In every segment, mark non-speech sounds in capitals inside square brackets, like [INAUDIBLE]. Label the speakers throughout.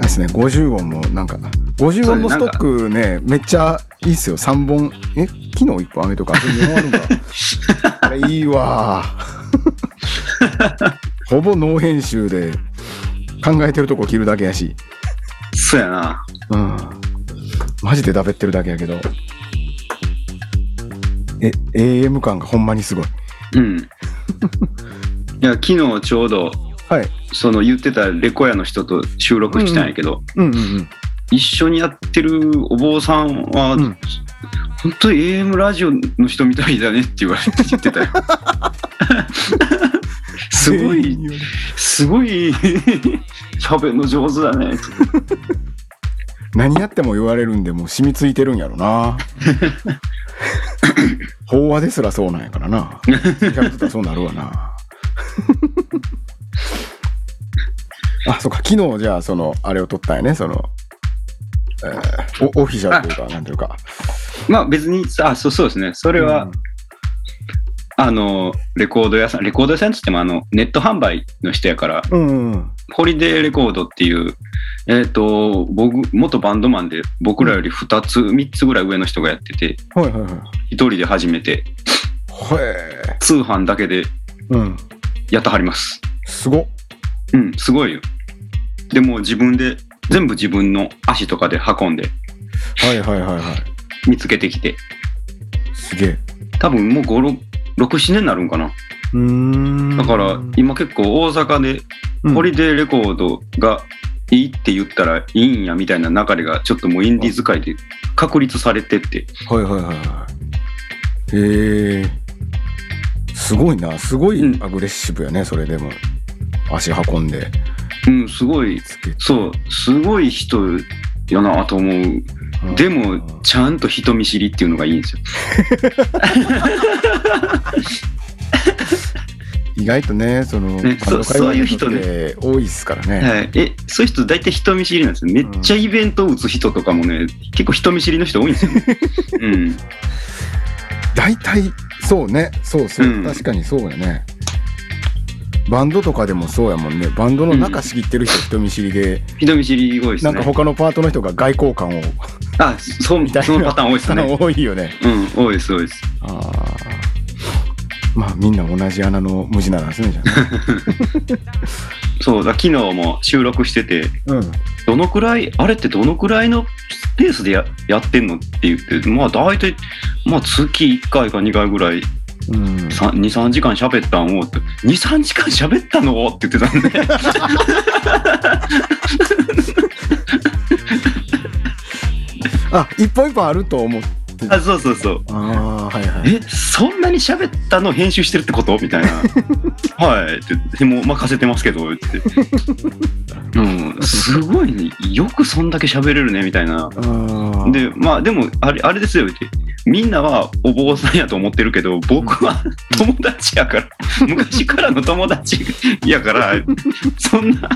Speaker 1: ですね50音もなんか50音のストックねめっちゃいいっすよ3本え昨日1個雨とか全然あるんだあれいいわほぼノー編集で考えてるとこ切るだけやし
Speaker 2: そうやな。
Speaker 1: うんマジでだべってるだけやけどえ AM 感がほんまにすごい
Speaker 2: うん。いや、昨日ちょうど、
Speaker 1: はい
Speaker 2: その言ってたレコヤの人と収録したんやけど、
Speaker 1: うんうんうん
Speaker 2: 一緒にやってるお坊さんは、
Speaker 1: うん
Speaker 2: 本当に AM ラジオの人みたいだねって言われて言って
Speaker 1: [LAUGHS]
Speaker 2: たよ。すごい、すごい喋るの上手だね。
Speaker 1: 何やっても言われるんでもう染みついてるんやろな法話ですらそうなんやからなやってたらそうなるわなあそうか昨日じゃあそのあれを撮ったんやねその、えーおオフィシャルというかなんていうか
Speaker 2: まあ別に、あ、そうそうですね。そ
Speaker 1: こ
Speaker 2: れは、あの、レコード屋さん、レコード屋さんって言っても、あの、ネット販売の人やから、
Speaker 1: うんうんうん
Speaker 2: ホリデーレコードっていう、えっ、と、僕、元バンドマンで、僕らより2つ、3つぐらい上の人がやってて、
Speaker 1: はいはいはい
Speaker 2: 一人で始めて、
Speaker 1: ほえ
Speaker 2: 通販だけで
Speaker 1: うん
Speaker 2: やったはります。
Speaker 1: すごっ
Speaker 2: うん、すごいよ。でもう自分で、全部自分の足とかで運んで、
Speaker 1: はいはいはいはい
Speaker 2: 見つけてきて、
Speaker 1: すげえ
Speaker 2: 多分もう5、6、7年になるんかな。
Speaker 1: うーん
Speaker 2: だから今結構大阪でホリデーレコードがいいって言ったらいいんやみたいな流れがちょっともうインディーズ界で確立されてって
Speaker 1: はいはいはいはい。へえすごいな、すごい
Speaker 2: うん
Speaker 1: アグレッシブやね、それでも。足運んで、
Speaker 2: うんすごい
Speaker 1: つけて
Speaker 2: そうすごい人やなと思うでもちゃんと人見知りっていうのがいいんですよ
Speaker 1: 意外とね、その、
Speaker 2: ねそう
Speaker 1: 家族
Speaker 2: そういう人ね
Speaker 1: で多いっすからね。
Speaker 2: はいえそういう人大体人見知りなんですよめっちゃイベント打つ人とかもね結構人見知りの人多いんですよねうん
Speaker 1: 大体、そうね、そうそう、
Speaker 2: うん
Speaker 1: 確かにそうやね。バンドとかでもそうやもんね。バンドの中仕切ってる人、人見知りで、
Speaker 2: 人見知り多いです
Speaker 1: なんか
Speaker 2: ね
Speaker 1: 他のパートの人が外交官を、 [LAUGHS]
Speaker 2: あそ
Speaker 1: みたいな
Speaker 2: そのパターン多いですね
Speaker 1: 多いよね。
Speaker 2: うん多いです多いです
Speaker 1: あーまあ、みんな同じ穴の無地なんですね、じゃあね。
Speaker 2: そうだ昨日も収録してて
Speaker 1: うん。
Speaker 2: どのくらいあれってどのくらいのペースでややってんのって言ってまあ大体、まあ、月1回か2回ぐらい
Speaker 1: うん、
Speaker 2: 23時間喋ったんを23時間喋ったのって言ってたんで
Speaker 1: あ一本一本あると思って
Speaker 2: [LAUGHS] あそうそうそう
Speaker 1: ああーはいはい
Speaker 2: えそんなに喋ったの編集してるってことみたい [LAUGHS] なはいって言ってもう任せてますけどってうんすごいねよくそんだけ喋れるねみたいな
Speaker 1: あー
Speaker 2: でまあでもあれあれですよってみんなはお坊さんやと思ってるけど僕は友達やから昔からの友達やからそんな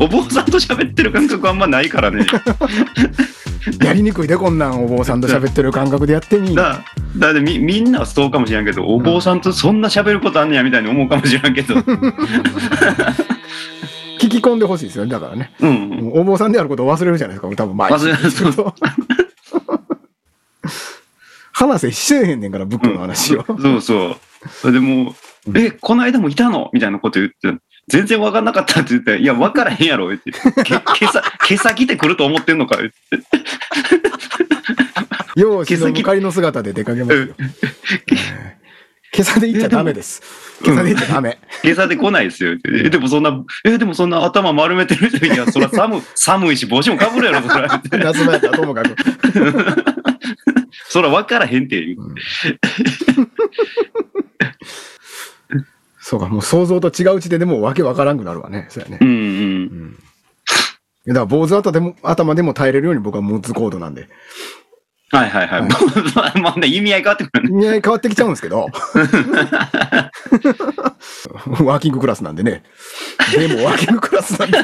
Speaker 2: お坊さんと喋ってる感覚あんまないからね
Speaker 1: やりにくいでこんなんお坊さんと喋ってる感覚でやってみ
Speaker 2: だだってみみんなはそうかもしれんけどお坊さんとそんな喋ることあんねやみたいに思うかもしれん [LAUGHS] けど
Speaker 1: 聞き込んでほしいですよねだからね
Speaker 2: うん
Speaker 1: もうお坊さんであることを忘れるじゃないですか多分毎
Speaker 2: 忘れるそう
Speaker 1: そう話せしえへんねんからブックの話を、
Speaker 2: そうそうそれでも
Speaker 1: う
Speaker 2: うん「えこの間もいたの?」みたいなこと言って全然分かんなかったって言って「いや分からへんやろ」 [LAUGHS] って「け毛さ毛先で来ると思ってんのか」
Speaker 1: ようしの仮の姿で出かけますよ、
Speaker 2: うん
Speaker 1: えー今朝で行っちゃダメです
Speaker 2: えで
Speaker 1: 今
Speaker 2: も
Speaker 1: 朝で行っちゃダ [LAUGHS] メ、
Speaker 2: 下差で来ないですよ。え、でもそんな、え、でもそんな頭丸めてる人いや、そら [LAUGHS] 寒い、寒いし、帽子もかぶるやろ、そ [LAUGHS] ら。
Speaker 1: 夏場やったらともかく
Speaker 2: そら分からへんって。
Speaker 1: そうかもう想像と違ううちででもわけわからんくなるわねそうやね
Speaker 2: うんうん。
Speaker 1: うんいやだから坊主頭でも頭でも耐えれるように僕はモッズコードなんで。
Speaker 2: はいはいはい。 [LAUGHS] まあね、意味合い変わってくるね。
Speaker 1: 意味合い変わってきちゃうんですけど。ワーキングクラスなんでね。でもワーキングクラスなんで。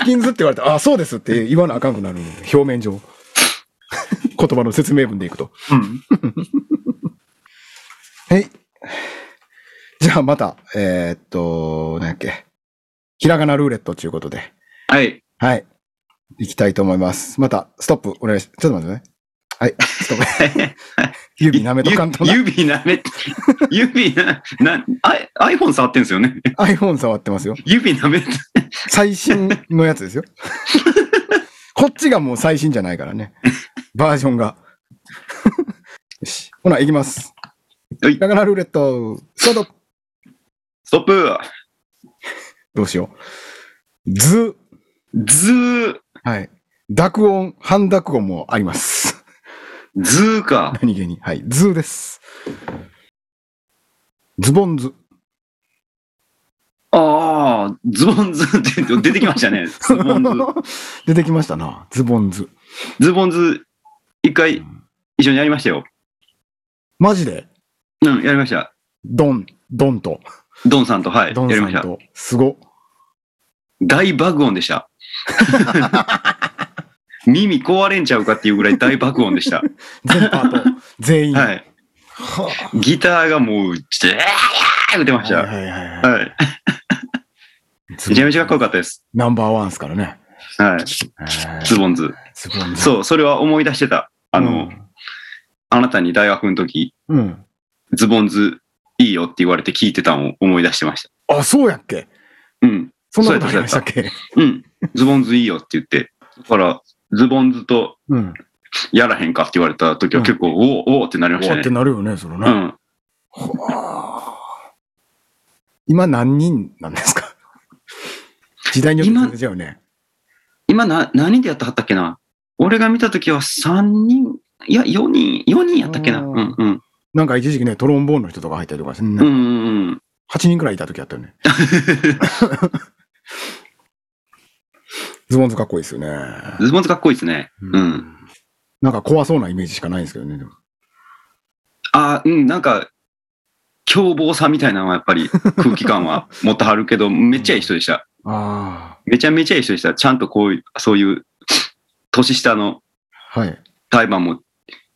Speaker 1: スキンズって言われたら、あ、そうですって言わなあかんくなるんで表面上。言葉の説明文でいくと。
Speaker 2: うん。
Speaker 1: はい。じゃあまた、えーっと、なんやっけ。ひらがなルーレットということで。
Speaker 2: はい。
Speaker 1: はい。いきたいと思います。また、ストップ、お願いしちょっと待ってね。はい、ストップ。指舐めとかんとな。
Speaker 2: 指なめ、指な、な、アイ iPhone 触ってんすよね。 [LAUGHS]
Speaker 1: iPhone 触ってますよ。
Speaker 2: 指なめ、
Speaker 1: 最新のやつ
Speaker 2: [LAUGHS]
Speaker 1: ですよ。こっちがもう最新じゃないからね。バージョンが。よし。ほな、いきます。
Speaker 2: はい
Speaker 1: だからルーレット、スタート
Speaker 2: ストップ、
Speaker 1: どうしよう。図。
Speaker 2: ズー、
Speaker 1: はい。濁音、半濁音もあります。 [LAUGHS]
Speaker 2: ズーか。
Speaker 1: 何気に。はい。図です。ズボン図。
Speaker 2: ああ、ズボンズって出てきまし
Speaker 1: [LAUGHS]
Speaker 2: たね。ズボンズ。
Speaker 1: 出てきましたな。ズボン図。
Speaker 2: ズボンズ、一回一緒にやりましたよ。
Speaker 1: マジで、
Speaker 2: うん、やりました。
Speaker 1: ドン、ドンと、
Speaker 2: ドンさんと、はい、
Speaker 1: ドン
Speaker 2: やり
Speaker 1: さ
Speaker 2: まし
Speaker 1: ん
Speaker 2: た。
Speaker 1: と、すご。
Speaker 2: 大爆音でした。
Speaker 1: [LAUGHS]
Speaker 2: 耳壊れんちゃうかっていうぐらい大爆音でした。
Speaker 1: 全パート、
Speaker 2: [LAUGHS]
Speaker 1: 全員。
Speaker 2: はい。
Speaker 1: はあ
Speaker 2: ギターがもう、ちょっと、えーってまし
Speaker 1: は
Speaker 2: た。
Speaker 1: い
Speaker 2: は
Speaker 1: はいはいはい。
Speaker 2: い。めちゃめちゃかっこよかったです。
Speaker 1: ナンバーワンですからね。
Speaker 2: はい。ズボンズ。
Speaker 1: すごい。う。
Speaker 2: そう、それは思い出してた。あの、
Speaker 1: ん、
Speaker 2: あなたに大学の時、
Speaker 1: うん。
Speaker 2: ズボンズいいよって言われて聞いてたのを思い出してました。
Speaker 1: あ、そうやっけ
Speaker 2: うん。
Speaker 1: そんなことありましたっけ
Speaker 2: うん。ズボンズいいよって言って。だから、ズボンズと
Speaker 1: うん。
Speaker 2: やらへんかって言われた時は結構、おおおおってなりまし
Speaker 1: こう
Speaker 2: た
Speaker 1: っ
Speaker 2: ね
Speaker 1: て。なるよね、その
Speaker 2: う
Speaker 1: な。
Speaker 2: ん。
Speaker 1: はあ今何人なんですか時代によって全然違うね。
Speaker 2: 今な、何人でやってはったっけな俺が見た時は3人、いや、4人、4人やったっけな。
Speaker 1: お
Speaker 2: う
Speaker 1: ー
Speaker 2: んうん。
Speaker 1: なんか一時期ね、トロンボーンの人とか入ったりとかして、
Speaker 2: うんう
Speaker 1: ね、
Speaker 2: ん
Speaker 1: [LAUGHS]
Speaker 2: うん。
Speaker 1: 8人くらいいた時あったよね。ズボンズかっこいいですよね。
Speaker 2: ズボンズかっこいいですね。うん。
Speaker 1: なんか怖そうなイメージしかないんですけどね。でも
Speaker 2: あうん、なんか、凶暴さみたいなのはやっ
Speaker 1: [LAUGHS]
Speaker 2: ぱり空気感は持ってはるけど、めっちゃいい人でした。
Speaker 1: あ
Speaker 2: めちゃめちゃいい人でした。ちゃんとこういう、そういう、年下の
Speaker 1: あ。はい。
Speaker 2: 台湾も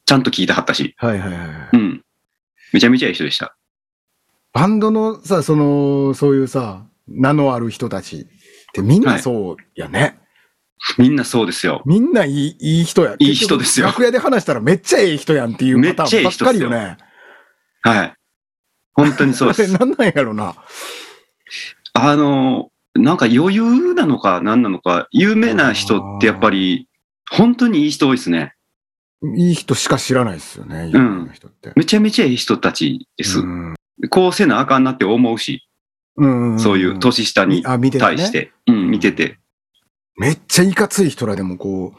Speaker 2: ちゃんと聞いてはったし、
Speaker 1: はいはいはい。
Speaker 2: うん。めちゃめちゃいい人でした。
Speaker 1: バンドのさ、その、そういうさ、名のある人たちってみんなそうやね。
Speaker 2: みんなそうですよ。
Speaker 1: みんないいいい人や。
Speaker 2: いい人ですよ
Speaker 1: 結局楽屋で話したらめっちゃええ人やんっていうパターンばっかりよね。
Speaker 2: はい。本当にそ
Speaker 1: [LAUGHS]
Speaker 2: う
Speaker 1: あ
Speaker 2: で
Speaker 1: れ
Speaker 2: す。
Speaker 1: なんなんやろな。
Speaker 2: あの、なんか余裕なのか何なのか、有名な人ってやっぱり、本当にいい人多いですね。
Speaker 1: いい人しか知らないですよね、有名な人って。
Speaker 2: めちゃめちゃいい人たちです。
Speaker 1: うん
Speaker 2: こうせなあかんなって思うし、
Speaker 1: うんん
Speaker 2: そういう年下に
Speaker 1: あ見ててね
Speaker 2: 対して、うん、見てて。
Speaker 1: めっちゃいかつい人らでもこ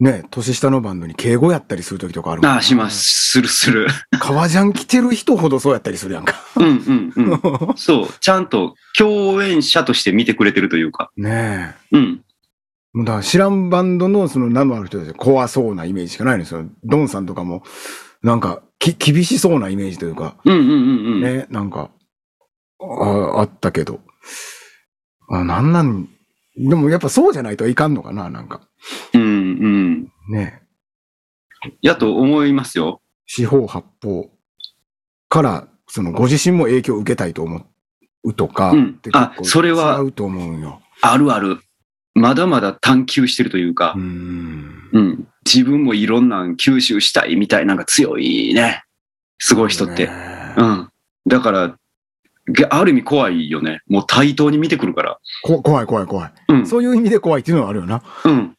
Speaker 1: う、ね、年下のバンドに敬語やったりする時とかあるもん
Speaker 2: ああ、しま。す。する
Speaker 1: [LAUGHS]
Speaker 2: する。
Speaker 1: 革ジャン着てる人ほどそうやったりするやん
Speaker 2: [LAUGHS]
Speaker 1: か。
Speaker 2: うんうんうん。そう、ちゃんと共演者として見てくれてるというか。
Speaker 1: ねえ。
Speaker 2: うん。
Speaker 1: もうだから知らんバンドのその名のある人たち怖そうなイメージしかないんですよ。ドンさんとかも、なんか、き、厳しそうなイメージというか、
Speaker 2: うんうんうんうん。
Speaker 1: ね、なんか、あ、あったけど。あ、なんなん、でもやっぱそうじゃないといかんのかな、なんか。
Speaker 2: うんうん。
Speaker 1: ね。
Speaker 2: やと思いますよ。
Speaker 1: 四方八方から、そのご自身も影響を受けたいと思うとか、
Speaker 2: うん
Speaker 1: って
Speaker 2: あ
Speaker 1: 結構
Speaker 2: それは
Speaker 1: 違うと思うよ。
Speaker 2: あるある。まだまだ探求してるというか
Speaker 1: う、ん。
Speaker 2: うん。自分もいろんなん吸収したいみたいなんか強いね。すごい人って。
Speaker 1: ね
Speaker 2: うん。だから、げある意味怖いよね。もう対等に見てくるから。
Speaker 1: こ怖い怖い怖い。
Speaker 2: うん。
Speaker 1: そういう意味で怖いっていうのはあるよな。
Speaker 2: うん。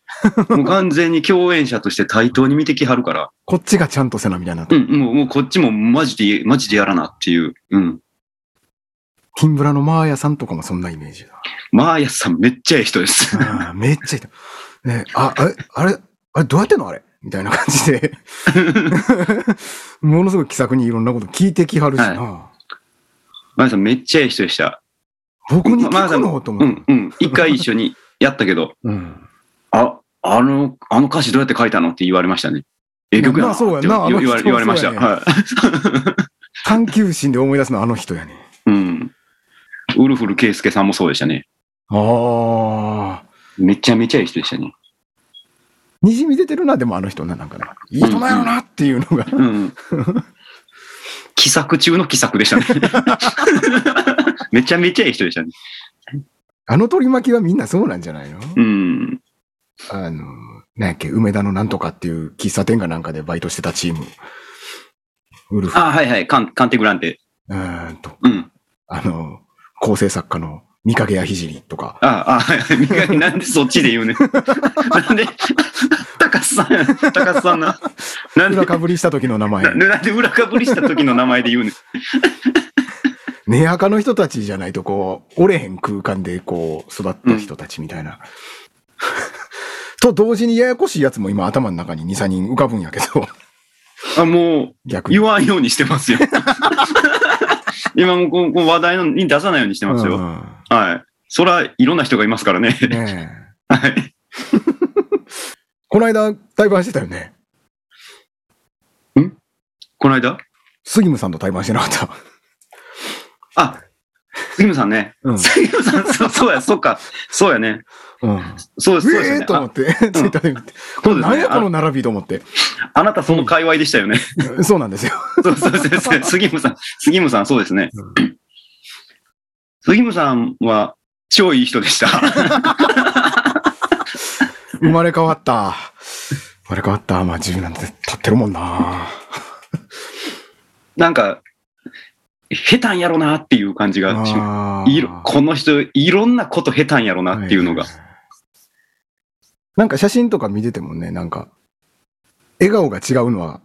Speaker 2: もう完全に共演者として対等に見てきはるから。
Speaker 1: こっちがちゃんとせなみたいな。
Speaker 2: うん、もう、もうこっちもマジで、マジでやらなっていう。うん。
Speaker 1: キンブラのマーヤさんとかもそんなイメージだ。
Speaker 2: マーヤさんめっちゃいい人です。
Speaker 1: あーめっちゃいた。ねあ、あれ、あれ、あれどうやってんのあれみたいな感じ [LAUGHS] で。ものすごい気さくにいろんなこと聞いてきはるしな。
Speaker 2: [LAUGHS] マーヤさんめっちゃいい人でした。
Speaker 1: 僕に
Speaker 2: まマーヤ
Speaker 1: 聞
Speaker 2: さ
Speaker 1: く
Speaker 2: ん
Speaker 1: のと
Speaker 2: う
Speaker 1: 思って
Speaker 2: ん、。うん。一回一緒にやったけど、
Speaker 1: うん。
Speaker 2: あ、あの、あの歌詞どうやって書いたのって言われましたね。ええ曲
Speaker 1: ま
Speaker 2: やな
Speaker 1: あ
Speaker 2: っ
Speaker 1: そう
Speaker 2: て
Speaker 1: やな
Speaker 2: 言わ
Speaker 1: あの人
Speaker 2: 言われ言われまし
Speaker 1: そ
Speaker 2: た。
Speaker 1: うやね
Speaker 2: はい。
Speaker 1: 探求心で思い出すのはあの人やね。
Speaker 2: うん。ウルフル・ケイスケさんもそうでしたね。
Speaker 1: ああ。
Speaker 2: めちゃめちゃいい人でしたね。
Speaker 1: にじみ出てるな、でもあの人な、なんかな。いい人なんやろなっていう [LAUGHS] のが。
Speaker 2: うん。 [LAUGHS] 気さく中の気さくでしたね。 [LAUGHS] めちゃめちゃいい人でしたね。
Speaker 1: あの取り巻きはみんなそうなんじゃないの
Speaker 2: うん。
Speaker 1: あの、なんやっけ、梅田のなんとかっていう喫茶店がなんかでバイトしてたチーム。ウルフ、
Speaker 2: あ、はいはい、カンカンテグランテ。
Speaker 1: うーんと、
Speaker 2: うん。
Speaker 1: あの、構成作家の三影やひじりとか、
Speaker 2: ああ、はいはい。みんななんでそっちで言うねんなんで、高須さん、高須さんな。なんで
Speaker 1: 裏、かぶりした時の名前
Speaker 2: [LAUGHS] な、なんで裏かぶりした時の名前で言うねん
Speaker 1: 根垢の人たちじゃないとこう、折れへん空間でこう、育った人たちみたいな。 [LAUGHS] と同時にややこしいやつも今頭の中に2、3人浮かぶんやけど、
Speaker 2: あ、もう、
Speaker 1: 逆に。
Speaker 2: [LAUGHS] 言わんようにしてますよ。今もうこうこう話題のに出さないようにしてますよ。 [LAUGHS]
Speaker 1: う
Speaker 2: はい。そら、いろんな人がいますからね。
Speaker 1: んねえ
Speaker 2: はい。
Speaker 1: [LAUGHS] この間、対バンしてたよね。
Speaker 2: この間
Speaker 1: 杉ムさんと対バンしてなかった。
Speaker 2: あ、杉野さんね。
Speaker 1: うん。
Speaker 2: 杉野さん、そうそうや、そうか。そうやね。
Speaker 1: うん。
Speaker 2: そうです、そうで
Speaker 1: え
Speaker 2: すよ
Speaker 1: え
Speaker 2: ね。
Speaker 1: ーと思
Speaker 2: あ
Speaker 1: って、ツイッターで見て。
Speaker 2: そうです
Speaker 1: 何
Speaker 2: ね
Speaker 1: やこ
Speaker 2: あ
Speaker 1: の。並びと思って。
Speaker 2: あなたその界隈でしたよね。
Speaker 1: そうなんですよ。
Speaker 2: そうそうそう
Speaker 1: [LAUGHS]
Speaker 2: そう。杉野さん、杉野さん、そうですね。杉野さんは、超いい人でした。 [LAUGHS]
Speaker 1: 生まれ変わった。生まれ変わった。まあ、自分なんて立ってるもんな。
Speaker 2: なんか、下手んやろなっていう感じがしま
Speaker 1: あ
Speaker 2: す。
Speaker 1: ー
Speaker 2: いろこの人、いろんなこと下手んやろなっていうのが
Speaker 1: は。いなんか写真とか見ててもね、なんか、笑顔が違うのは、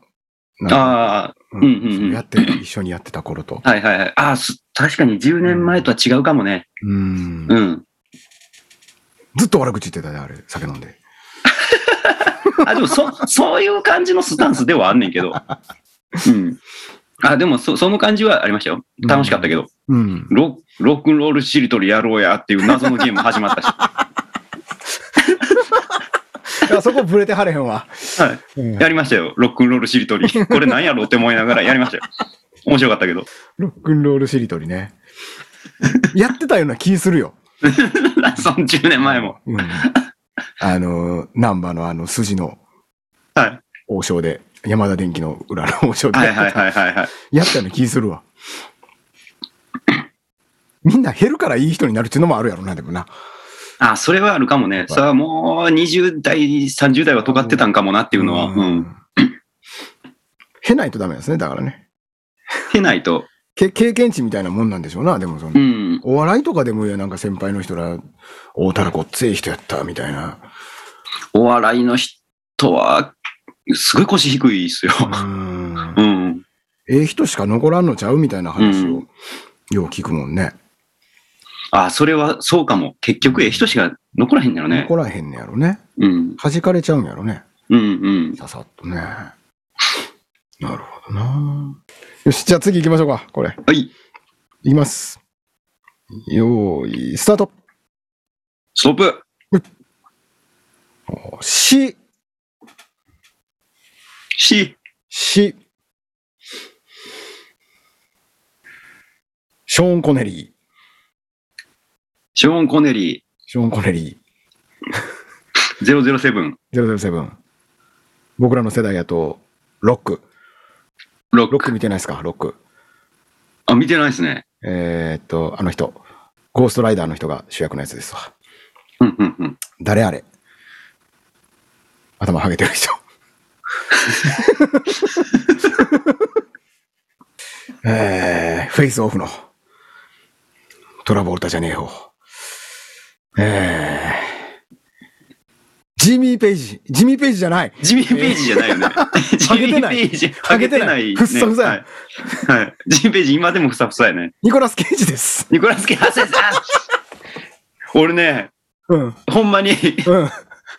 Speaker 1: なんか
Speaker 2: あ
Speaker 1: う
Speaker 2: うんうんうん
Speaker 1: そやって、一緒にやってた頃と。
Speaker 2: あ、はいはいはい。ああ、す確かに10年前とは違うかもね。
Speaker 1: うん
Speaker 2: う。ん。
Speaker 1: ずっと悪口言ってたね、あれ、酒飲んで。
Speaker 2: あ、でもそ、そういう感じのスタンスではあんねんけど。うん。あ、でもそ、その感じはありましたよ。楽しかったけど。
Speaker 1: うん。
Speaker 2: [LAUGHS] ロロックンロールしりとりやろうやっていう謎のゲーム始まったし。
Speaker 1: いやそこブレてはれへんわ。
Speaker 2: はい。
Speaker 1: うん
Speaker 2: やりましたよ。ロックンロールしりとり。これなんやろうって思いながらやりましたよ。面白かったけ [LAUGHS] ど。
Speaker 1: ロックンロールしりとりね。やってたような気するよ。
Speaker 2: その10年前も。。
Speaker 1: うん。あの、難波のあの筋の
Speaker 2: はい。
Speaker 1: 王将で、山田電機の裏の王将で、
Speaker 2: はいはいはいはいはい。
Speaker 1: やったような気するわ。みんな減るからいい人になるっていうのもあるやろな、でもな。
Speaker 2: [LAUGHS] あ、それはあるかもね。それはもう20代、30代は尖ってたんかもなっていうのは。うん。。
Speaker 1: 減ないとダメですね、だからね。
Speaker 2: てないと。
Speaker 1: け経験値みたいなもんなんでしょうな、でもその。
Speaker 2: うん。
Speaker 1: お笑いとかでもいや、なんか先輩の人ら、大たらこっつええ人やった、みたいな。
Speaker 2: お笑いの人は、すごい腰低いですよ。
Speaker 1: うん
Speaker 2: うん。
Speaker 1: ええ人しか残らんのちゃうみたいな話
Speaker 2: う
Speaker 1: を、よう聞くもんね。
Speaker 2: あ、それはそうかも。結局、ええ人しか残らへんやろね。
Speaker 1: 残らへんねやろね。
Speaker 2: うん。
Speaker 1: 弾かれちゃうんやろね。
Speaker 2: うんうん。
Speaker 1: ささっとね。なるほどな。よし、じゃあ次行きましょうか、これ。
Speaker 2: はい。
Speaker 1: いきます。よーい、スタート。
Speaker 2: ストップ。
Speaker 1: し、
Speaker 2: し、
Speaker 1: し。ショーン・コネリー。
Speaker 2: ショーン・コネリ
Speaker 1: ショーン・コネリ
Speaker 2: ー、007、
Speaker 1: ー、007。僕らの世代やと、ロック。
Speaker 2: ロッ
Speaker 1: ロッ
Speaker 2: ク。
Speaker 1: ク見てないですか、ロック。
Speaker 2: あ、見てないですね。
Speaker 1: えーっと、あの人。ゴーストライダーの人が主役のやつですわ。
Speaker 2: うんうんうん。
Speaker 1: 誰あれ頭ハゲてる人。 [LAUGHS] えー、フェイスオフのトラボルタじゃねえよ。えー、ジミー・ペイジ。ジミー・ペイジじゃない。
Speaker 2: ジミー・ページじゃない
Speaker 1: [LAUGHS]
Speaker 2: よね。ジミ
Speaker 1: げて
Speaker 2: ー・
Speaker 1: ない
Speaker 2: ページ。
Speaker 1: ハゲてない
Speaker 2: ね
Speaker 1: ふっさふさや
Speaker 2: はい。はいジミー・ページ、今でもふさふさやね。
Speaker 1: ニコラス・ケイジです。
Speaker 2: ニコラス・ケイジあ先
Speaker 1: [LAUGHS]
Speaker 2: 生。あ俺ね、
Speaker 1: うん。うん。
Speaker 2: ほんまに、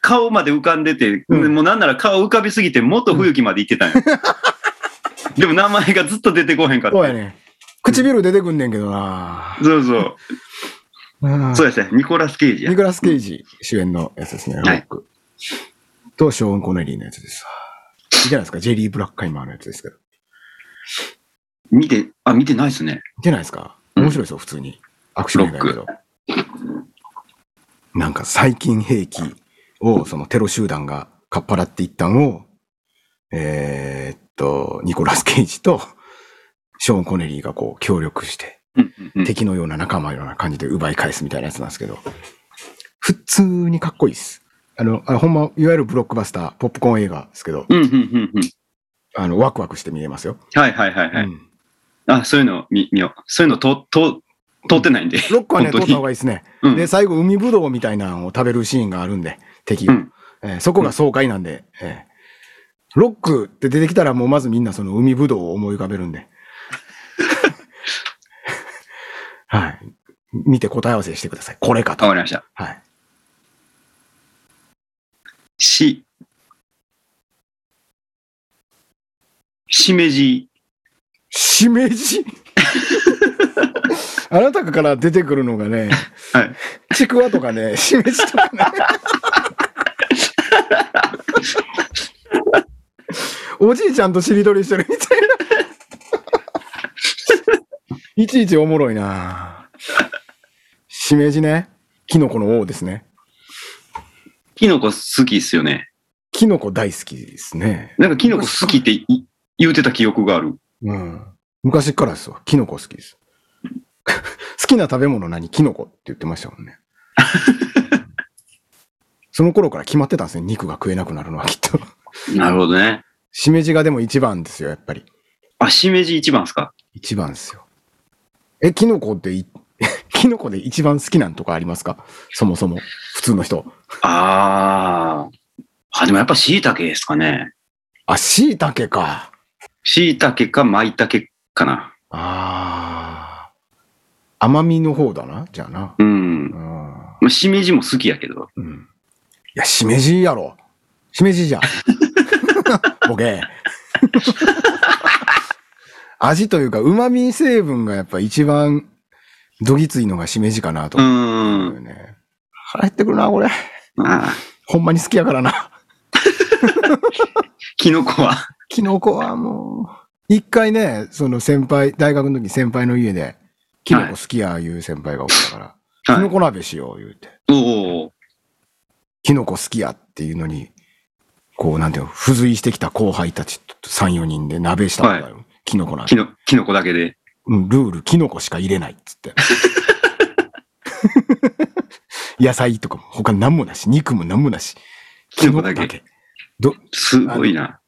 Speaker 2: 顔まで浮かんでて、
Speaker 1: うん
Speaker 2: もうなんなら顔浮かびすぎて、元冬木まで行ってたん
Speaker 1: [LAUGHS]
Speaker 2: や。でも名前がずっと出てこへんかっ
Speaker 1: [LAUGHS]
Speaker 2: た。
Speaker 1: そうやね。唇出てくんねんけどな
Speaker 2: そうそう。
Speaker 1: うん
Speaker 2: そうですね。ニコラス・ケイジや
Speaker 1: ニ。コラス・ケイジ主演のやつですね、ロ
Speaker 2: い
Speaker 1: ック。と、ショーン・コネリーのやつですわ。いいじゃないですか、ジェリー・ブラッカイマーのやつですけど。
Speaker 2: 見て、あ、見てないですね。
Speaker 1: いけないですか
Speaker 2: うん
Speaker 1: 面白いですよ、普通に。アクション映画やけど。なんか最近兵器を、そのテロ集団がかっぱらっていったのを、えーっと、ニコラス・ケイジと、ショーン・コネリーがこう協力して、
Speaker 2: うんうんうん
Speaker 1: 敵のような仲間のような感じで奪い返すみたいなやつなんですけど、普通にかっこいいです。あの、あほんま、いわゆるブロックバスター、ポップコーン映画ですけど、
Speaker 2: うん、うん、うん、うん。
Speaker 1: あの、ワクワクして見れますよ。
Speaker 2: はい、はい、はい、はい。
Speaker 1: うん
Speaker 2: あ、そういうの見、見よう。そういうの通、通、通ってないんで。
Speaker 1: ロックはね、
Speaker 2: 本当
Speaker 1: 通っ
Speaker 2: に
Speaker 1: た方がいいですね。
Speaker 2: うん
Speaker 1: で、最後、海ぶどうみたいなのを食べるシーンがあるんで、敵
Speaker 2: う
Speaker 1: が。
Speaker 2: ん。
Speaker 1: えーそこが爽快なんで、えーロックって出てきたらもうまずみんなその海ぶどうを思い浮かべるんで。 [LAUGHS] はい。見て答え合わせしてください。これかと。
Speaker 2: わ
Speaker 1: は
Speaker 2: かりました。
Speaker 1: い。
Speaker 2: し、しめじ。
Speaker 1: しめ
Speaker 2: [LAUGHS]
Speaker 1: じあなたから出てくるのがね、
Speaker 2: はい
Speaker 1: ちくわとかね、しめじとか
Speaker 2: [LAUGHS]
Speaker 1: ね。おじいちゃんとしりとりしてるみたいな。いちいちおもろいなしめじね。キノコの王ですね。
Speaker 2: キノコ好きっすよね。
Speaker 1: キノコ大好きですね。
Speaker 2: なんかキノコ好きってい言うてた記憶がある。
Speaker 1: うん。昔からですわ。キノコ好きです。 [LAUGHS] 好きな食べ物何キノコって言ってましたもんね。その頃から決まってたんですね。肉が食えなくなるのはきっと。
Speaker 2: なるほどね。
Speaker 1: しめじがでも一番ですよ、やっぱり。
Speaker 2: あ、しめじ一番っすか
Speaker 1: 一番ですよ。え、キノコってい、 [LAUGHS] キノコで一番好きなんとかありますかそもそも。普通の人。
Speaker 2: あー。あ、でもやっぱ椎茸ですかね。
Speaker 1: あ、椎茸か。
Speaker 2: 椎茸か舞茸かな。
Speaker 1: ああ。甘みの方だな、じゃあな。
Speaker 2: うん。
Speaker 1: うん。
Speaker 2: まあ、しめじも好きやけど。
Speaker 1: うん。いや、しめじやろ。しめじ [LAUGHS] じゃん。ボケ。味というか、旨味成分がやっぱ一番どぎついのがしめじかなと
Speaker 2: う
Speaker 1: 思
Speaker 2: ん。
Speaker 1: うよね。腹減ってくるな、これ。
Speaker 2: あー
Speaker 1: ほんまに好きやからな。
Speaker 2: キノ [LAUGHS] コは。
Speaker 1: キノコはもう。一回ね、その先輩、大学の時先輩の家で、キノコ好きやいう先輩がおったから、
Speaker 2: は
Speaker 1: キ
Speaker 2: い
Speaker 1: ノコ鍋しよう言うて。
Speaker 2: おお。
Speaker 1: キノコ好きやっていうのに、こう、なんていうの、付随してきた後輩たちと3、4人で鍋したことある。キノコなん
Speaker 2: キ
Speaker 1: て。
Speaker 2: ノ、キノコだけで。
Speaker 1: うん、ルール、キノコしか入れないっつ
Speaker 2: [LAUGHS]
Speaker 1: って。野菜とかも他何もなし、肉も何もなし。
Speaker 2: キノコだけ
Speaker 1: け。
Speaker 2: すごいな。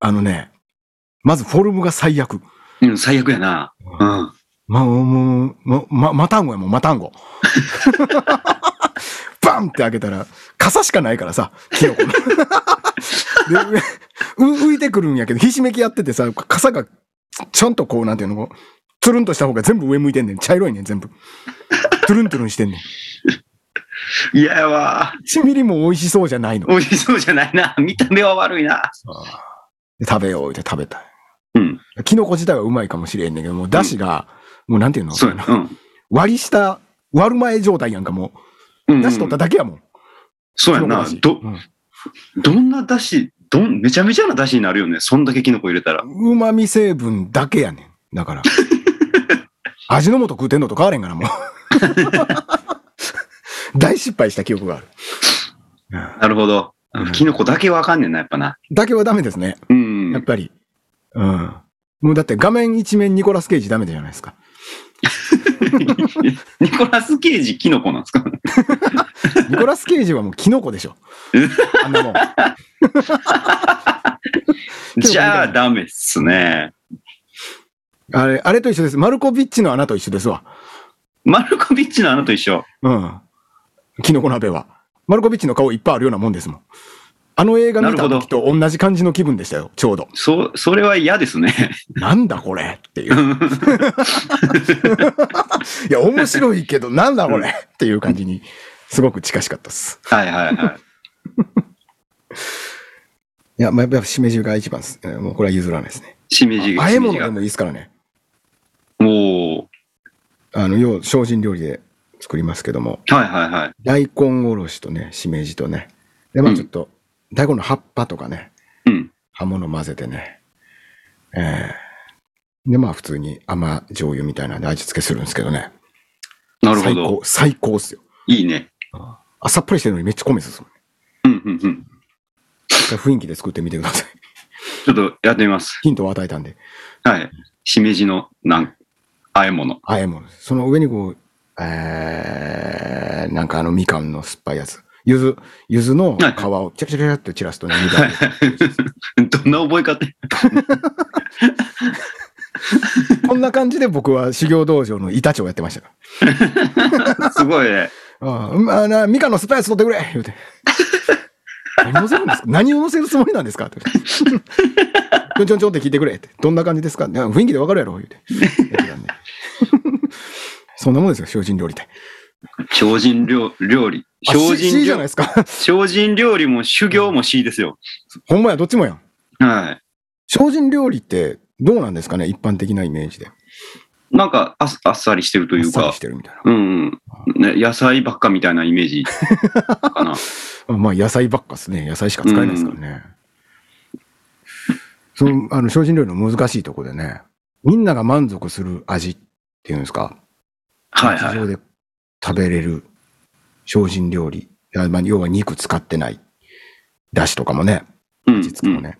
Speaker 1: あのね、まずフォルムが最悪。
Speaker 2: うん、最悪やな。うん。
Speaker 1: ま、もう、ま、ま、マタンゴやもん、マタン
Speaker 2: [LAUGHS]
Speaker 1: ゴ。バンって開けたら、傘しかないからさ、キノコの。でう浮いてくるんやけど、ひしめきやっててさ、傘が、ちゃんとこう、なんていうの、こうつるんとした方が全部上向いてんねん。茶色いねん、全部。トゥルントゥルンしてんねん。
Speaker 2: いややわ。
Speaker 1: 1ミリも美味しそうじゃないの。
Speaker 2: 美味しそうじゃないな。見た目は悪いな。
Speaker 1: で食べようって食べた。
Speaker 2: うん。
Speaker 1: キノコ自体はうまいかもしれんねんけど、もう、だしが、もうなんていうの
Speaker 2: そうやな。うん。
Speaker 1: 割り下、割る前状態やんか、も
Speaker 2: うんう
Speaker 1: う。
Speaker 2: ん
Speaker 1: だし取っただけやもん。
Speaker 2: そうやな。
Speaker 1: キノコ
Speaker 2: ど
Speaker 1: だし、うん
Speaker 2: どんな出汁、どん、めちゃめちゃな出汁になるよね。そんだけキノコ入れたら。
Speaker 1: うまみ成分だけやねん。だから。味の素食うてんのと変われんからもう。大失敗した記憶がある。うん
Speaker 2: なるほど
Speaker 1: うん。
Speaker 2: キノコだけわかんねんな、やっぱな。
Speaker 1: だけはダメですね。
Speaker 2: う
Speaker 1: やっ
Speaker 2: ん。
Speaker 1: ぱり。うん。もうだって画面一面ニコラス・ケイジダメじゃないですか。
Speaker 2: ニコラス・ケイジ、キノコなんですか
Speaker 1: ニコラス・ケイジはもうキノコでしょ。あんなもん。
Speaker 2: じゃあ、ダメっすね。
Speaker 1: あれ、あれと一緒です。マルコビッチの穴と一緒ですわ。
Speaker 2: マルコビッチのあのと一緒。
Speaker 1: うん。キノコ鍋は。マルコビッチの顔いっぱいあるようなもんですもん。あの映画見た時と同じ感じの気分でしたよ、ちょうど。
Speaker 2: そ、それは嫌ですね。 [LAUGHS]
Speaker 1: なんだこれって [LAUGHS] いう。いや、面白いけど、なんだこれっていう感じに、すごく近しかったです。
Speaker 2: はいはいはい。
Speaker 1: いや、まあ、やっぱしめじが一番です。えーもうこれは譲らないですね。
Speaker 2: しめじが。
Speaker 1: あえ
Speaker 2: しめ
Speaker 1: 物
Speaker 2: じ
Speaker 1: で
Speaker 2: が
Speaker 1: もいいですからね。
Speaker 2: おお。
Speaker 1: あの、要、精進料理で作りますけども、
Speaker 2: はいはいはい。
Speaker 1: 大根おろしとね、しめじとね。で、まあ
Speaker 2: うん
Speaker 1: ちょっと、大根の葉っぱとかね、
Speaker 2: うん。
Speaker 1: 葉物混ぜてね。えーで、まあ普通に甘醤油みたいなんで味付けするんですけどね。
Speaker 2: なるほ
Speaker 1: 最
Speaker 2: ど
Speaker 1: 高。、最高っすよ。
Speaker 2: いいね。
Speaker 1: あ、さっぱりしてるのにめっちゃ米進む。
Speaker 2: うんうんうん。
Speaker 1: 一回雰囲気で作ってみてください。 [LAUGHS]
Speaker 2: ちょっとやってみます。
Speaker 1: ヒントを与えたんで。
Speaker 2: はい。しめじの、なん、あえ物。 [LAUGHS]
Speaker 1: あえもの。その上にこう、えー、なんかあのみかんの酸っぱいやつ。ゆず、ゆずの
Speaker 2: はい
Speaker 1: 皮をチャチャチャって散らすと涙
Speaker 2: [LAUGHS]
Speaker 1: が出てくる。
Speaker 2: どんな覚え方
Speaker 1: [LAUGHS] こんな感じで僕は修行道場の板長やってましたか
Speaker 2: すごいね。
Speaker 1: ら。ああ、まあな、ミカのスパイス取ってくれ言う
Speaker 2: [LAUGHS]
Speaker 1: て。何を乗せるんですか何を乗せるつもりなんですかって言って。ちょんちょんちょんって聞いてくれって。どんな感じですかいや雰囲気でわかるやろ言うて。やってたん
Speaker 2: [LAUGHS]
Speaker 1: でそんなもんですよ、精進料理って。
Speaker 2: 精進料料理。
Speaker 1: あ
Speaker 2: 精
Speaker 1: C- C
Speaker 2: 進
Speaker 1: じゃない
Speaker 2: 料
Speaker 1: ですか。
Speaker 2: 精進料理も修行も C ですよ。
Speaker 1: ほんまや、どっちもやん。
Speaker 2: はい。
Speaker 1: 精進料理ってどうなんですかね一般的なイメージで。
Speaker 2: なんかあっあっさりしてるとい
Speaker 1: あっ
Speaker 2: う
Speaker 1: さり
Speaker 2: か
Speaker 1: し、てるみたいな。
Speaker 2: うん、うんね。野菜ばっかみたいなイメージか
Speaker 1: [LAUGHS]
Speaker 2: な。
Speaker 1: あまあ野菜ばっかですね。野菜しか使えないですからね。その、あの、精進料理の難しいとこでね、みんなが満足する味っていうんですか、
Speaker 2: はい
Speaker 1: 日
Speaker 2: は
Speaker 1: 常
Speaker 2: い。
Speaker 1: で食べれる精進料理。あまあ、要は肉使ってない。だしとかもね、
Speaker 2: うん
Speaker 1: 味付けもね、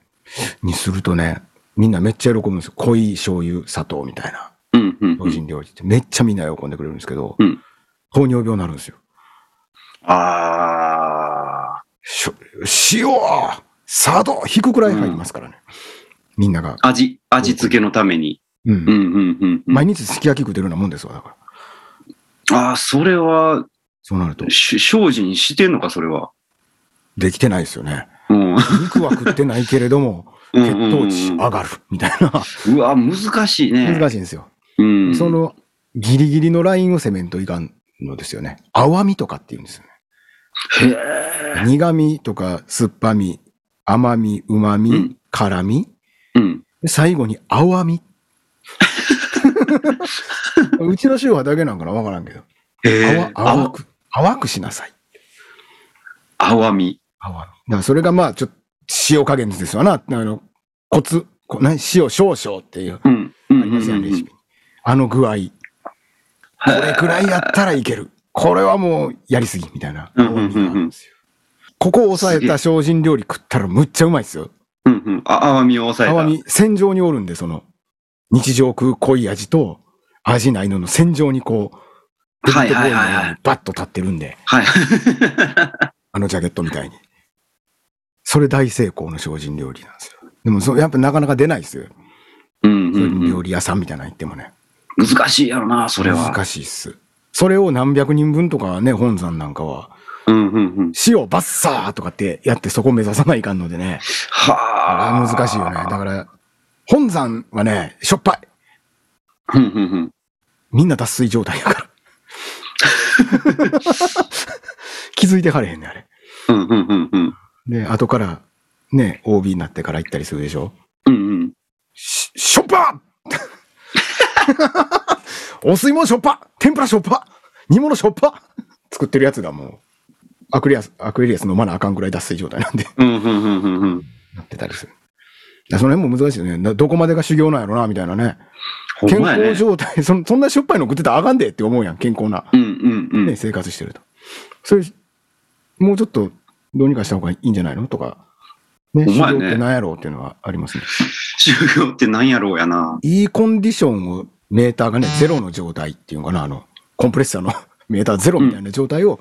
Speaker 1: にするとね、みんなめっちゃ喜ぶんですよ。濃い醤油、砂糖みたいな。
Speaker 2: うんうんう
Speaker 1: 精
Speaker 2: ん、
Speaker 1: 進料理ってめっちゃみんな喜んでくれるんですけど、
Speaker 2: うん
Speaker 1: 糖尿病になるんですよ。
Speaker 2: あ
Speaker 1: しょ塩砂糖引くくらい入りますからね。みんなが。
Speaker 2: あ、味、味付けのために。
Speaker 1: うん
Speaker 2: うんうんうんうん。
Speaker 1: 毎日すき焼き食うてるようなもんですわ、だから。
Speaker 2: ああ、それは、
Speaker 1: そうなると。
Speaker 2: し精進してんのか、それは。
Speaker 1: できてないですよ
Speaker 2: [LAUGHS]
Speaker 1: ね。
Speaker 2: うん。
Speaker 1: 肉は食ってないけれども、
Speaker 2: うん
Speaker 1: 血
Speaker 2: うんう
Speaker 1: 糖値
Speaker 2: ん
Speaker 1: 上がる。みたいな。
Speaker 2: うわ、難しいね。
Speaker 1: 難しいんですよ。
Speaker 2: うん。
Speaker 1: その、ギリギリのラインを攻めんといかんのですよね。淡みとかって言うんですよね。
Speaker 2: へえ。
Speaker 1: 苦味とか酸っぱみ、甘み、旨
Speaker 2: う
Speaker 1: み
Speaker 2: ん、
Speaker 1: 辛み。
Speaker 2: うん。
Speaker 1: で最後に青み [LAUGHS] うちの宗派だけなんかなわからんけど。
Speaker 2: へえ。
Speaker 1: 淡淡く、淡くしなさい。
Speaker 2: 淡み。
Speaker 1: 淡み。だからそれがまあ、ちょっと塩加減ですよな。あの、コツ、こ何塩少々っていう、
Speaker 2: うん。
Speaker 1: あ
Speaker 2: うん
Speaker 1: りますよ
Speaker 2: うん
Speaker 1: ね、レシピに。あの具合。これくらいやったらいける。これはもうやりすぎ、みたいな。
Speaker 2: うんうんうんうん
Speaker 1: 淡みがあるんですよここを抑えた精進料理食ったらむっちゃうまいですよ。
Speaker 2: うんうん。あ、淡みを抑えた。
Speaker 1: 泡に戦場におるんで、その、日常食う濃い味と、味ないのの戦場にこう、
Speaker 2: はい
Speaker 1: デッドボー
Speaker 2: は
Speaker 1: イのよ
Speaker 2: い
Speaker 1: う
Speaker 2: はい
Speaker 1: に [LAUGHS]
Speaker 2: はい。
Speaker 1: バッと立ってるんで、
Speaker 2: はい。
Speaker 1: あのジャケットみたいに。それ大成功の精進料理なんですよ。でもそ、やっぱなかなか出ないですよ。
Speaker 2: うん
Speaker 1: 精
Speaker 2: うん
Speaker 1: 進
Speaker 2: う
Speaker 1: 料
Speaker 2: ん。
Speaker 1: 理屋さんみたいなの行ってもね。
Speaker 2: 難しいやろな、それは。
Speaker 1: 難しいっす。それを何百人分とかね、本山なんかは、
Speaker 2: うんうんうん。
Speaker 1: 塩バッサーとかってやってそこ目指さないかんのでね。あ
Speaker 2: はあ。
Speaker 1: れ難しいよね。だから、本山はね、しょっぱい。
Speaker 2: うんうんうん。
Speaker 1: みんな脱水状態やから。気づいてはれへんね、あれ。
Speaker 2: うんうんうんうん。
Speaker 1: で、後から、ね、OB になってから行ったりするでしょ。
Speaker 2: うんうん。
Speaker 1: し、しょっぱ [LAUGHS] お吸い物しょっぱ天ぷらしょっぱ煮物しょっぱ作ってるやつがもう、アクリアス、アクエリアス飲まなあかんくらい脱水状態なんで、
Speaker 2: うんうんうんうんうん。
Speaker 1: なってたりする。だからその辺も難しいよね。などこまでが修行なんやろな、みたいなね。
Speaker 2: ほ
Speaker 1: 健
Speaker 2: んまや
Speaker 1: 康
Speaker 2: ね。
Speaker 1: 状態、そんそんなしょっぱいの食ってたらあかんでって思うやん、健康な。
Speaker 2: うんうんうん。
Speaker 1: ね、生活してると。それ、もうちょっとどうにかした方がいいんじゃないのとか、ね、
Speaker 2: ほん
Speaker 1: 修
Speaker 2: まや
Speaker 1: 行
Speaker 2: ね
Speaker 1: って何やろうっていうのはありますね。
Speaker 2: 修行ってなんやろうやな。
Speaker 1: いいコンディションをメーターがね、ゼロの状態っていうのかな、あの、コンプレッサーの [LAUGHS] メーターゼロみたいな状態を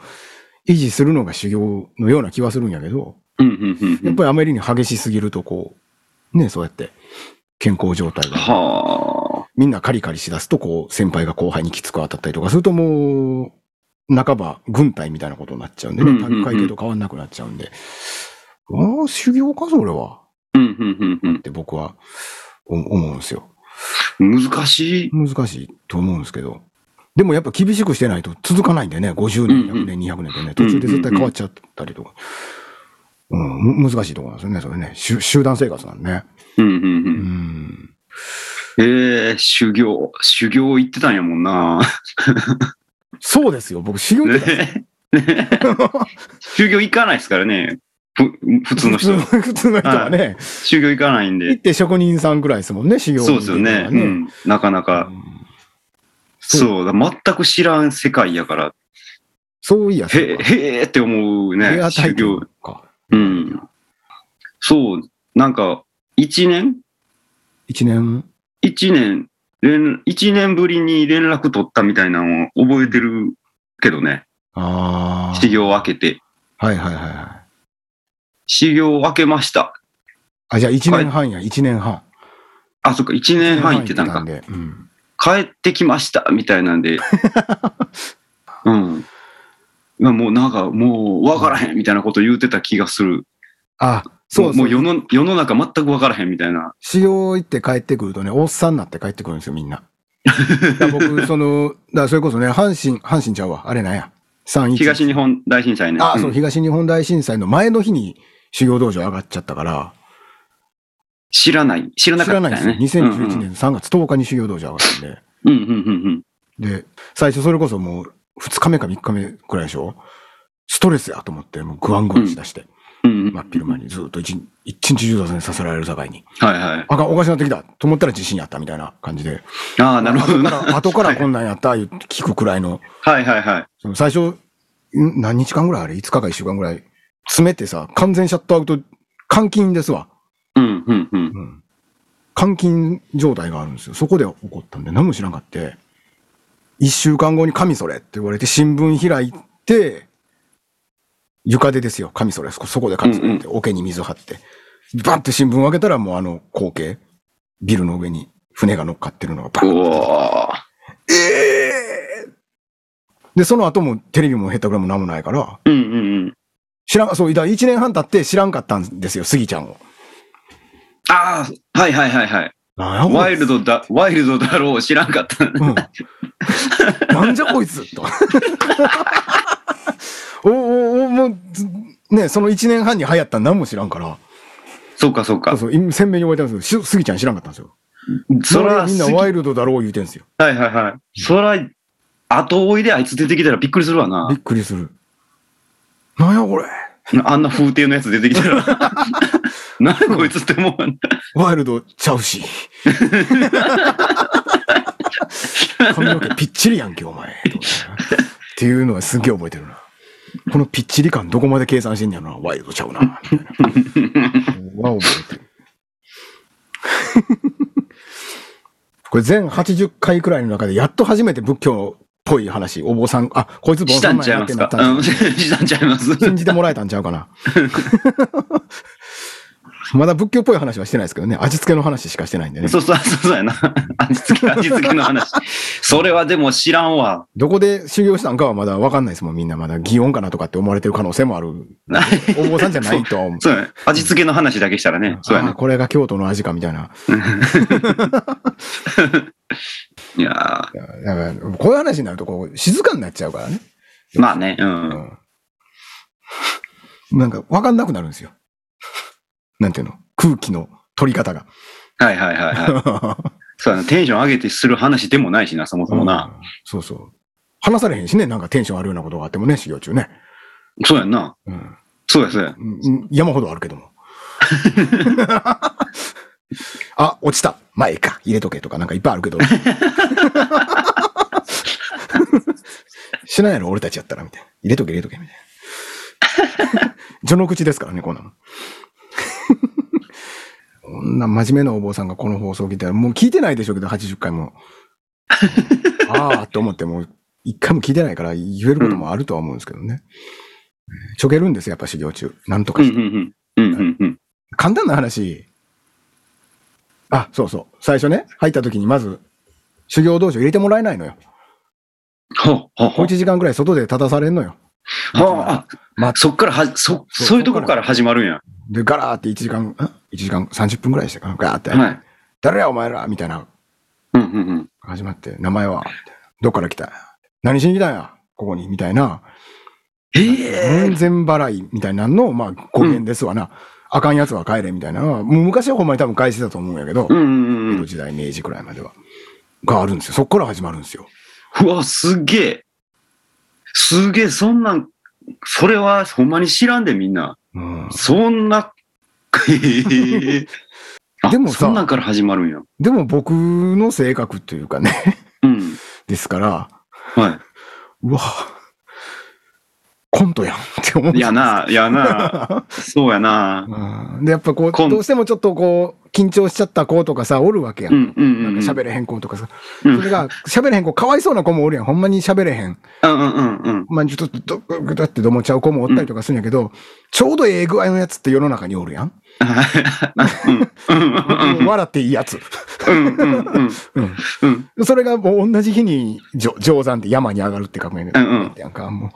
Speaker 1: 維持するのが修行のような気はするんやけど、
Speaker 2: うんうんうんうん。
Speaker 1: やっぱりあまりに激しすぎるとこう、ね、そうやって健康状態が、
Speaker 2: は
Speaker 1: みんなカリカリしだすとこう、先輩が後輩にきつく当たったりとかするともう、半ば軍隊みたいなことになっちゃうんで
Speaker 2: うん
Speaker 1: ね、
Speaker 2: うんうん
Speaker 1: 体育会系と変わんなくなっちゃうんで、ああ、修行か、それは。
Speaker 2: あ。うんうんうん
Speaker 1: って僕はお思うんですよ。
Speaker 2: うん。難しい。
Speaker 1: 難しいと思うんですけど。でもやっぱ厳しくしてないと続かないんだよね。50年、
Speaker 2: うんうん
Speaker 1: 100年、200年でね。途中で絶対変わっちゃったりとか。うん、む難しいところなんですよね。それね。集集団生活なんでね。
Speaker 2: うんうんう。
Speaker 1: うんん。
Speaker 2: ええ修行、修行行ってたんやも
Speaker 1: [LAUGHS]
Speaker 2: んな。
Speaker 1: そうですよ。僕、修行ってたんです
Speaker 2: ね修行行かないですからね。ふ普通
Speaker 1: よ
Speaker 2: の人。
Speaker 1: 普通 [LAUGHS] の普通の人はね。
Speaker 2: 修行行かないん
Speaker 1: 行っ
Speaker 2: で。
Speaker 1: て職人さんくらいですもんね、修行
Speaker 2: そうですよ
Speaker 1: 人間
Speaker 2: ね。う
Speaker 1: はね
Speaker 2: ん。なかな
Speaker 1: う
Speaker 2: か。
Speaker 1: ん
Speaker 2: そうだ。全く知らん世界やから。
Speaker 1: そういや、そう
Speaker 2: へ
Speaker 1: か
Speaker 2: へえって思うね
Speaker 1: レ。ア
Speaker 2: 修
Speaker 1: 体
Speaker 2: 行
Speaker 1: 験。か。
Speaker 2: うん。そう。なんか、一年
Speaker 1: 一年。
Speaker 2: 一年、連一年ぶりに連絡取ったみたいなのを覚えてるけどね。
Speaker 1: ああ。
Speaker 2: 修行を開けて。
Speaker 1: はいはいはいはい。
Speaker 2: 修行を分けました。
Speaker 1: あ、じゃあ1年半や、1年半。
Speaker 2: あ、そっか、1年半行ってたんか。
Speaker 1: 一年半行ってたんで。うん。
Speaker 2: 帰ってきましたみたいな
Speaker 1: [LAUGHS]
Speaker 2: んで。うん。まあもうなんか、もう分からへんみたいなこと言うてた気がする。
Speaker 1: あ、そう
Speaker 2: も
Speaker 1: そう
Speaker 2: う。世の世の中全く分からへんみたいな。
Speaker 1: 修行行って帰ってくるとね、おっさんになって帰ってくるんですよ、みんな。だから
Speaker 2: [LAUGHS]
Speaker 1: 僕、その、だからそれこそね、阪神、阪神ちゃうわ。あれなんや。3、1。
Speaker 2: 東日本大震災ね。
Speaker 1: あ、
Speaker 2: ん
Speaker 1: そう、東日本大震災の前の日に修行道場上がっちゃったから、
Speaker 2: 知らない。知らな
Speaker 1: 知
Speaker 2: からった
Speaker 1: な
Speaker 2: よ
Speaker 1: い
Speaker 2: ね。
Speaker 1: ですよ。2011
Speaker 2: うんうん
Speaker 1: 年3月10日に修行道場上がったんで。
Speaker 2: うんうんうん
Speaker 1: で、最初それこそもう2日目か3日目くらいでしょストレスやと思って、もうグワングワンしだして、
Speaker 2: うん。うんうん。
Speaker 1: 真っ昼間にずっと一日一日中座禅させられる境に、
Speaker 2: はいはい。
Speaker 1: あかん、おかしなってきたと思ったら地震やったみたいな感じで、
Speaker 2: ああ、なるほど
Speaker 1: 後か
Speaker 2: な。
Speaker 1: ら後からこんなんやった、言って聞くくらいの、
Speaker 2: はいはいはい。
Speaker 1: その最初、ん何日間ぐらいあれ ?5 日か1週間ぐらい詰めてさ、完全シャットアウト、監禁ですわ。
Speaker 2: うんうんうん。
Speaker 1: うん。監禁状態があるんですよ。そこで起こったんで、何も知らんかって、一週間後に神それって言われて、新聞開いて、床でですよ、神それ。そそこで神それって、桶に水張って、バッて新聞を開けたら、もうあの光景、ビルの上に船が乗っかってるのがバッ
Speaker 2: おお。
Speaker 1: ええで、その後もテレビもヘッダグラも何もないから、
Speaker 2: うんうんうん。
Speaker 1: 知らん、そう、だ1年半経って知らんかったんですよ、スギちゃんを。
Speaker 2: ああ、はいはいはいはい。
Speaker 1: なんやこいつ
Speaker 2: ワイルドだ、ワイルドだろう、知らんかった。
Speaker 1: うん。なんじゃこい
Speaker 2: [LAUGHS]
Speaker 1: つと。おおおもうずねその1年半に流行ったん何も知らんから
Speaker 2: そうかそうか。
Speaker 1: そうそう今鮮明に覚えてるんですけどしスギちゃん知らんかったんですよ
Speaker 2: そら、
Speaker 1: みんなワイルドだろう言うてんすよ
Speaker 2: はいはいはい。そら、後追いであいつ出てきたらびっくりするわな
Speaker 1: びっ。くりするなんやこれ
Speaker 2: あんな風亭のやつ出てきた
Speaker 1: [LAUGHS]
Speaker 2: ら。なにこいつって思うわな
Speaker 1: ワイルドちゃう [LAUGHS] し髪の毛ぴっちりやんけお前と思ってなっていうのはすっげえ覚えてるなこのぴっちり感どこまで計算してんねやろなワイルドちゃうなみたいなは覚えてる。 [LAUGHS] これ全80回くらいの中で、やっと初めて仏教っぽい話、お坊さん、あ、こいつ坊
Speaker 2: し
Speaker 1: さ
Speaker 2: た
Speaker 1: ん
Speaker 2: ん
Speaker 1: なん
Speaker 2: ち
Speaker 1: や
Speaker 2: ゃ
Speaker 1: な
Speaker 2: い
Speaker 1: っ
Speaker 2: ま
Speaker 1: て
Speaker 2: す
Speaker 1: なっ
Speaker 2: か
Speaker 1: たん
Speaker 2: うん、 [LAUGHS]
Speaker 1: ですよ
Speaker 2: したんちゃいます
Speaker 1: 信じてもらえたんちゃうかな。 [LAUGHS] まだ仏教っぽい話はしてないですけどね、味付けの話しかしてないんでね。
Speaker 2: そうそう、そうそうやな。味付け、味付けの話。それはでも知らんわ。
Speaker 1: どこで修行したんかはまだわかんないですもん、みんな。まだ祇園かなとかって思われてる可能性もある。
Speaker 2: [LAUGHS]
Speaker 1: お坊さんじゃないとは思う。
Speaker 2: そうやね。味付けの話だけしたらね。そうや
Speaker 1: あー
Speaker 2: ね。
Speaker 1: これが京都の味かみたいな。い
Speaker 2: いや
Speaker 1: やだからこういう話になるとこう静かになっちゃうからね。
Speaker 2: ーまあね、う。
Speaker 1: うんんなんか分かんなくなるんですよ。なんていうの空気の取り方が。
Speaker 2: はいはいはいはい。
Speaker 1: そ
Speaker 2: そうやな。テンション上げてする話でもないしな、そもそもな。
Speaker 1: そうそう。話されへんしね、なんかテンションあるようなことがあってもね、修行中ね。
Speaker 2: そうやんな。
Speaker 1: うん
Speaker 2: そうやそうや。
Speaker 1: うん山ほどあるけども。 [LAUGHS] あ、落ちた。前か。入れとけとかなんかいっぱいあるけど。 [LAUGHS] しないやろ、俺たちやったら、みたいな。入れとけ、入れとけ、みたいな。 [LAUGHS] 序の口ですからね、こんなの。こんな真面目なお坊さんがこの放送を聞いたら、もう聞いてないでしょうけど、80回も。ああ、と思って、もう一回も聞いてないから言えることもあるとは思うんですけどね。ちょけるんですよ、やっぱ修行中。なんと
Speaker 2: う
Speaker 1: か
Speaker 2: ん
Speaker 1: し
Speaker 2: う
Speaker 1: て。
Speaker 2: んうん。うんうんうん。
Speaker 1: 簡単な話。あ、そうそう。最初ね、入った時にまず、修行道場入れてもらえないのよ。
Speaker 2: ほうほうほ
Speaker 1: 小
Speaker 2: う
Speaker 1: 1時間くらい外で立たされんのよ。
Speaker 2: ほう。あ、
Speaker 1: まあ
Speaker 2: あ、そっからは、そ、
Speaker 1: そう
Speaker 2: そういうとこから始まるんや。
Speaker 1: で、ガラーって1時間、ん ?1 時間30分くらいしてかな、ガーって。
Speaker 2: はい。
Speaker 1: 誰やお前らみたいな、
Speaker 2: うんうんうん。
Speaker 1: 始まって、名前はみたいなどっから来た何しに来たんやここにみたいな。
Speaker 2: ええ
Speaker 1: 門前払いみたいなのを、まあ、語源ですわな。あかんやつは帰れみたいなのは、もう昔はほんまに多分返してたと思うんやけど
Speaker 2: う、んうんう
Speaker 1: 江戸
Speaker 2: ん。
Speaker 1: 時代、明治くらいまでは。があるんですよ。そこから始まるんですよ。
Speaker 2: うわ、すげえ。すげえ、そんなん、それはほんまに知らんで、みんな。
Speaker 1: うん、
Speaker 2: そん [LAUGHS] な、ええあ
Speaker 1: でもさ
Speaker 2: そんなんから始まるんや。
Speaker 1: でも僕の性格というかね、 [LAUGHS]
Speaker 2: うん。
Speaker 1: ですから、
Speaker 2: はい。
Speaker 1: うわ、コントやんってって思う。
Speaker 2: いやな、いやな、 [LAUGHS] そうやな。
Speaker 1: うんで、やっぱこう、
Speaker 2: こん
Speaker 1: どうしてもちょっとこう、緊張しちゃった子とかさ、おるわけや。
Speaker 2: うんんうんうんうん。
Speaker 1: 喋れへん子とかさ。そ
Speaker 2: うん
Speaker 1: れが、喋れへん子、かわいそうな子もおるやん。ほんまに喋れへん。
Speaker 2: うんうんうんうん。
Speaker 1: まあ、ちょっと、ど、ぐだってどもちゃう子もおったりとかするんやけど、ちょうどええ具合のやつって世の中におるや
Speaker 2: [LAUGHS]
Speaker 1: ん。 [LAUGHS] 笑っていいやつ。
Speaker 2: うんうんうん
Speaker 1: うん。
Speaker 2: うん。
Speaker 1: それがもう同じ日に、じょ定山って山に上がるって書くんやけど
Speaker 2: うんうん
Speaker 1: やんか、も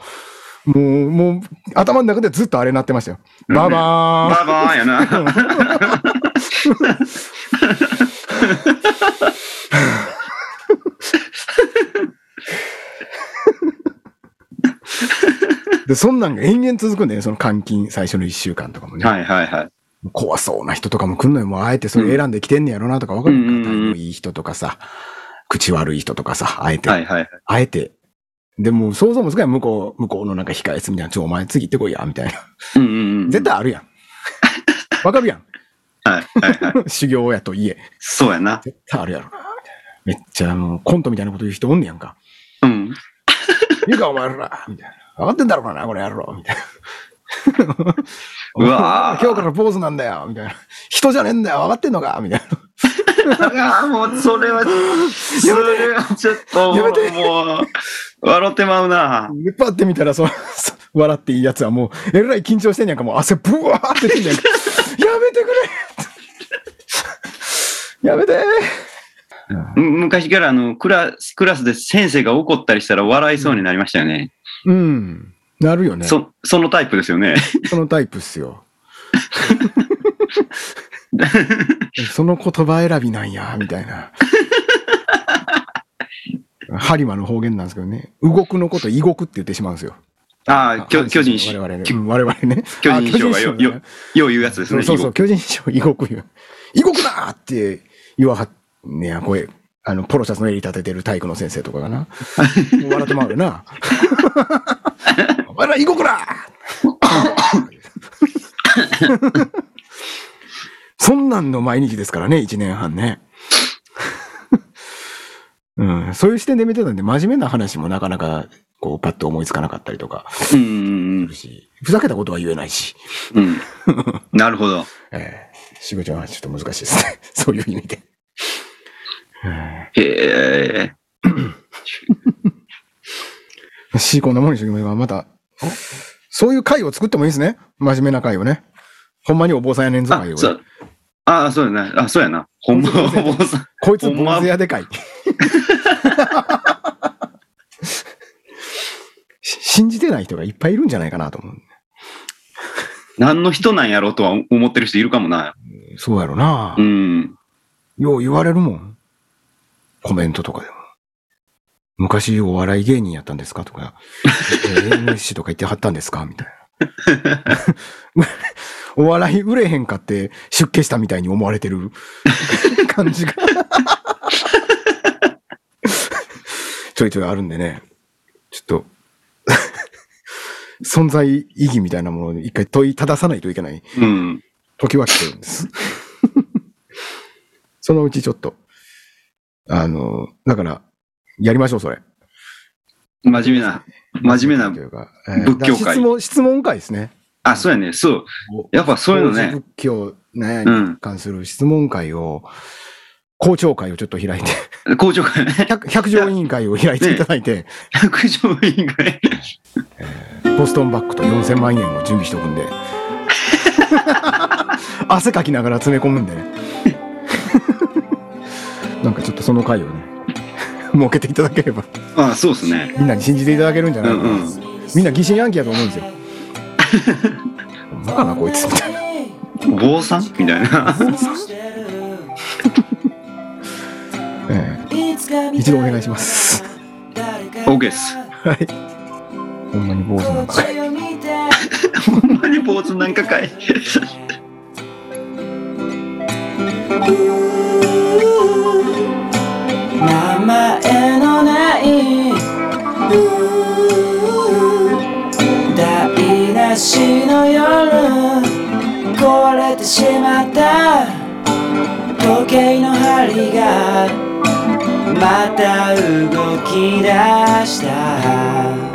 Speaker 1: う、もう、もう、頭の中でずっとあれなってましたよ。
Speaker 2: うん
Speaker 1: ババーン
Speaker 2: バーバーやな。
Speaker 1: で、そんなんが延々続くんだよね、その監禁、最初の一週間とかもね。
Speaker 2: はいはいはい。
Speaker 1: 怖そうな人とかも来んのよ。もうあえてそれ選んできてんねやろなとかわかるか
Speaker 2: うんうんうん
Speaker 1: ら、態度いい人とかさ、口悪い人とかさ、あえて、
Speaker 2: はいはい。
Speaker 1: あえて。でも想像もつかない。向こう、向こうのなんか控え室みたいな、ちょ、お前次行ってこいや、みたいな。
Speaker 2: うんうんうん。
Speaker 1: 絶対あるやん。わかるやん。
Speaker 2: [LAUGHS] はいはいは
Speaker 1: [LAUGHS]
Speaker 2: い。
Speaker 1: 修行やといえ。
Speaker 2: そうやな。
Speaker 1: 絶対あるやろな。みたいなめっちゃあの、コントみたいなこと言う人おんねやんか。
Speaker 2: うん。
Speaker 1: 言うか、お前ら、みたいな。分かってんだろうな、これやろ、みたいな。
Speaker 2: うわ
Speaker 1: 今日からポーズなんだよ、みたいな。人じゃねえんだよ、分かってんのか、みたいな。
Speaker 2: ああ、もうそれは、それはちょっと、
Speaker 1: やめて
Speaker 2: もう、笑ってまうな。
Speaker 1: パって見たら、その、そ笑っていいやつはもう、えらい緊張してんやんか、もう汗ブワーって出てんやんか。やめてくれやめて
Speaker 2: む昔からあのクラス、クラスで先生が怒ったりしたら笑いそうになりましたよね。
Speaker 1: うん。なるよね。そ
Speaker 2: そ、そのタイプですよね。
Speaker 1: のタイプっすよ。 [LAUGHS] その言葉選びなんや、みたいな。ハリマの方言なんですけどね。動くのこと、異国って言ってしまうんですよ。
Speaker 2: ああ、巨巨人師
Speaker 1: 我
Speaker 2: 匠、
Speaker 1: 々ね。
Speaker 2: き
Speaker 1: うん我々ね。
Speaker 2: 巨人師匠が
Speaker 1: あ
Speaker 2: よ、
Speaker 1: 巨人師匠
Speaker 2: よ、よう言うやつです
Speaker 1: そう
Speaker 2: ね。
Speaker 1: そうそう、巨人師匠、異国言う。 [LAUGHS] 異国だーって言わはっねや、声。あの、ポロシャツの襟立ててる体育の先生とかがな。 [LAUGHS] もう笑ってまうよな。 [LAUGHS] お前ら異国だー [LAUGHS] そんなんの毎日ですからね、一年半ね。 [LAUGHS] うん、そういう視点で見てたんで、真面目な話もなかなか、こう、パッと思いつかなかったりとか
Speaker 2: うんうん
Speaker 1: するし、ふざけたことは言えないし。
Speaker 2: うん。 [LAUGHS] うん。なるほど。
Speaker 1: えー、しぐちゃんはちょっと難しいですね。 [LAUGHS] そういう意味で。え
Speaker 2: へえ。
Speaker 1: ーし、こんなもんにしておけば、また、そういう会を作ってもいいですね。真面目な会をね。ほんまにお坊さんやねんぞ
Speaker 2: あ
Speaker 1: 会を、ね。
Speaker 2: そう。ああ、そうやな。あ、そうやな。ほんま、
Speaker 1: ほんま
Speaker 2: お坊さん。
Speaker 1: こいつ
Speaker 2: ほんま
Speaker 1: 坊主屋でかい。 [LAUGHS] し信じてない人がいっぱいいるんじゃないかなと思う。
Speaker 2: 何の人なんやろうとは思ってる人いるかもな。
Speaker 1: そうやろな
Speaker 2: う、ん。
Speaker 1: よう言われるもん。コメントとかでも。昔お笑い芸人やったんですかとか、えー NSC とか言ってはったんですかみたいな。 [LAUGHS] お笑い売れへんかって出家したみたいに思われてる [LAUGHS] 感じが。 [LAUGHS] ちょいちょいあるんでね。ちょっと、存在意義みたいなものを一回問いたださないといけない
Speaker 2: うん。
Speaker 1: 時は来てるんです。 [LAUGHS] そのうちちょっと、あの、だから、やりましょう、それ。
Speaker 2: 真面目な。真面目
Speaker 1: と
Speaker 2: な。
Speaker 1: いうか、えー
Speaker 2: 仏教
Speaker 1: だ
Speaker 2: 会
Speaker 1: から質問、質問会ですね。
Speaker 2: あ、そうやね。そう。やっぱそういうの
Speaker 1: 法事
Speaker 2: ね。
Speaker 1: 仏教ね、
Speaker 2: う
Speaker 1: に
Speaker 2: ん。
Speaker 1: 関する質問会を、校長会をちょっと開いて、
Speaker 2: 工場会ね。
Speaker 1: 百百条委員会を開いていただいて、
Speaker 2: 百条委員会。
Speaker 1: ボストンバッグと4000万円を準備しておくん [LAUGHS] で、汗かきながら詰め込むんでね。 [LAUGHS] なんかちょっとその回をね、 [LAUGHS] 設けていただければ、
Speaker 2: あそうですね。
Speaker 1: みんなに信じていただけるんじゃないかな、
Speaker 2: うんうん
Speaker 1: みんな疑心暗鬼やと思うんですよ。バカなこいつみ [LAUGHS] たいな。
Speaker 2: お坊さんみたい
Speaker 1: [LAUGHS]
Speaker 2: な。
Speaker 1: え
Speaker 3: 一度お願いします。
Speaker 2: OK です。
Speaker 1: えはい。ほんまに坊主なんか。
Speaker 2: ほんまに坊主なんかかい。
Speaker 3: 名前のない台無しの夜壊れてしまった時計の針がまた動き出した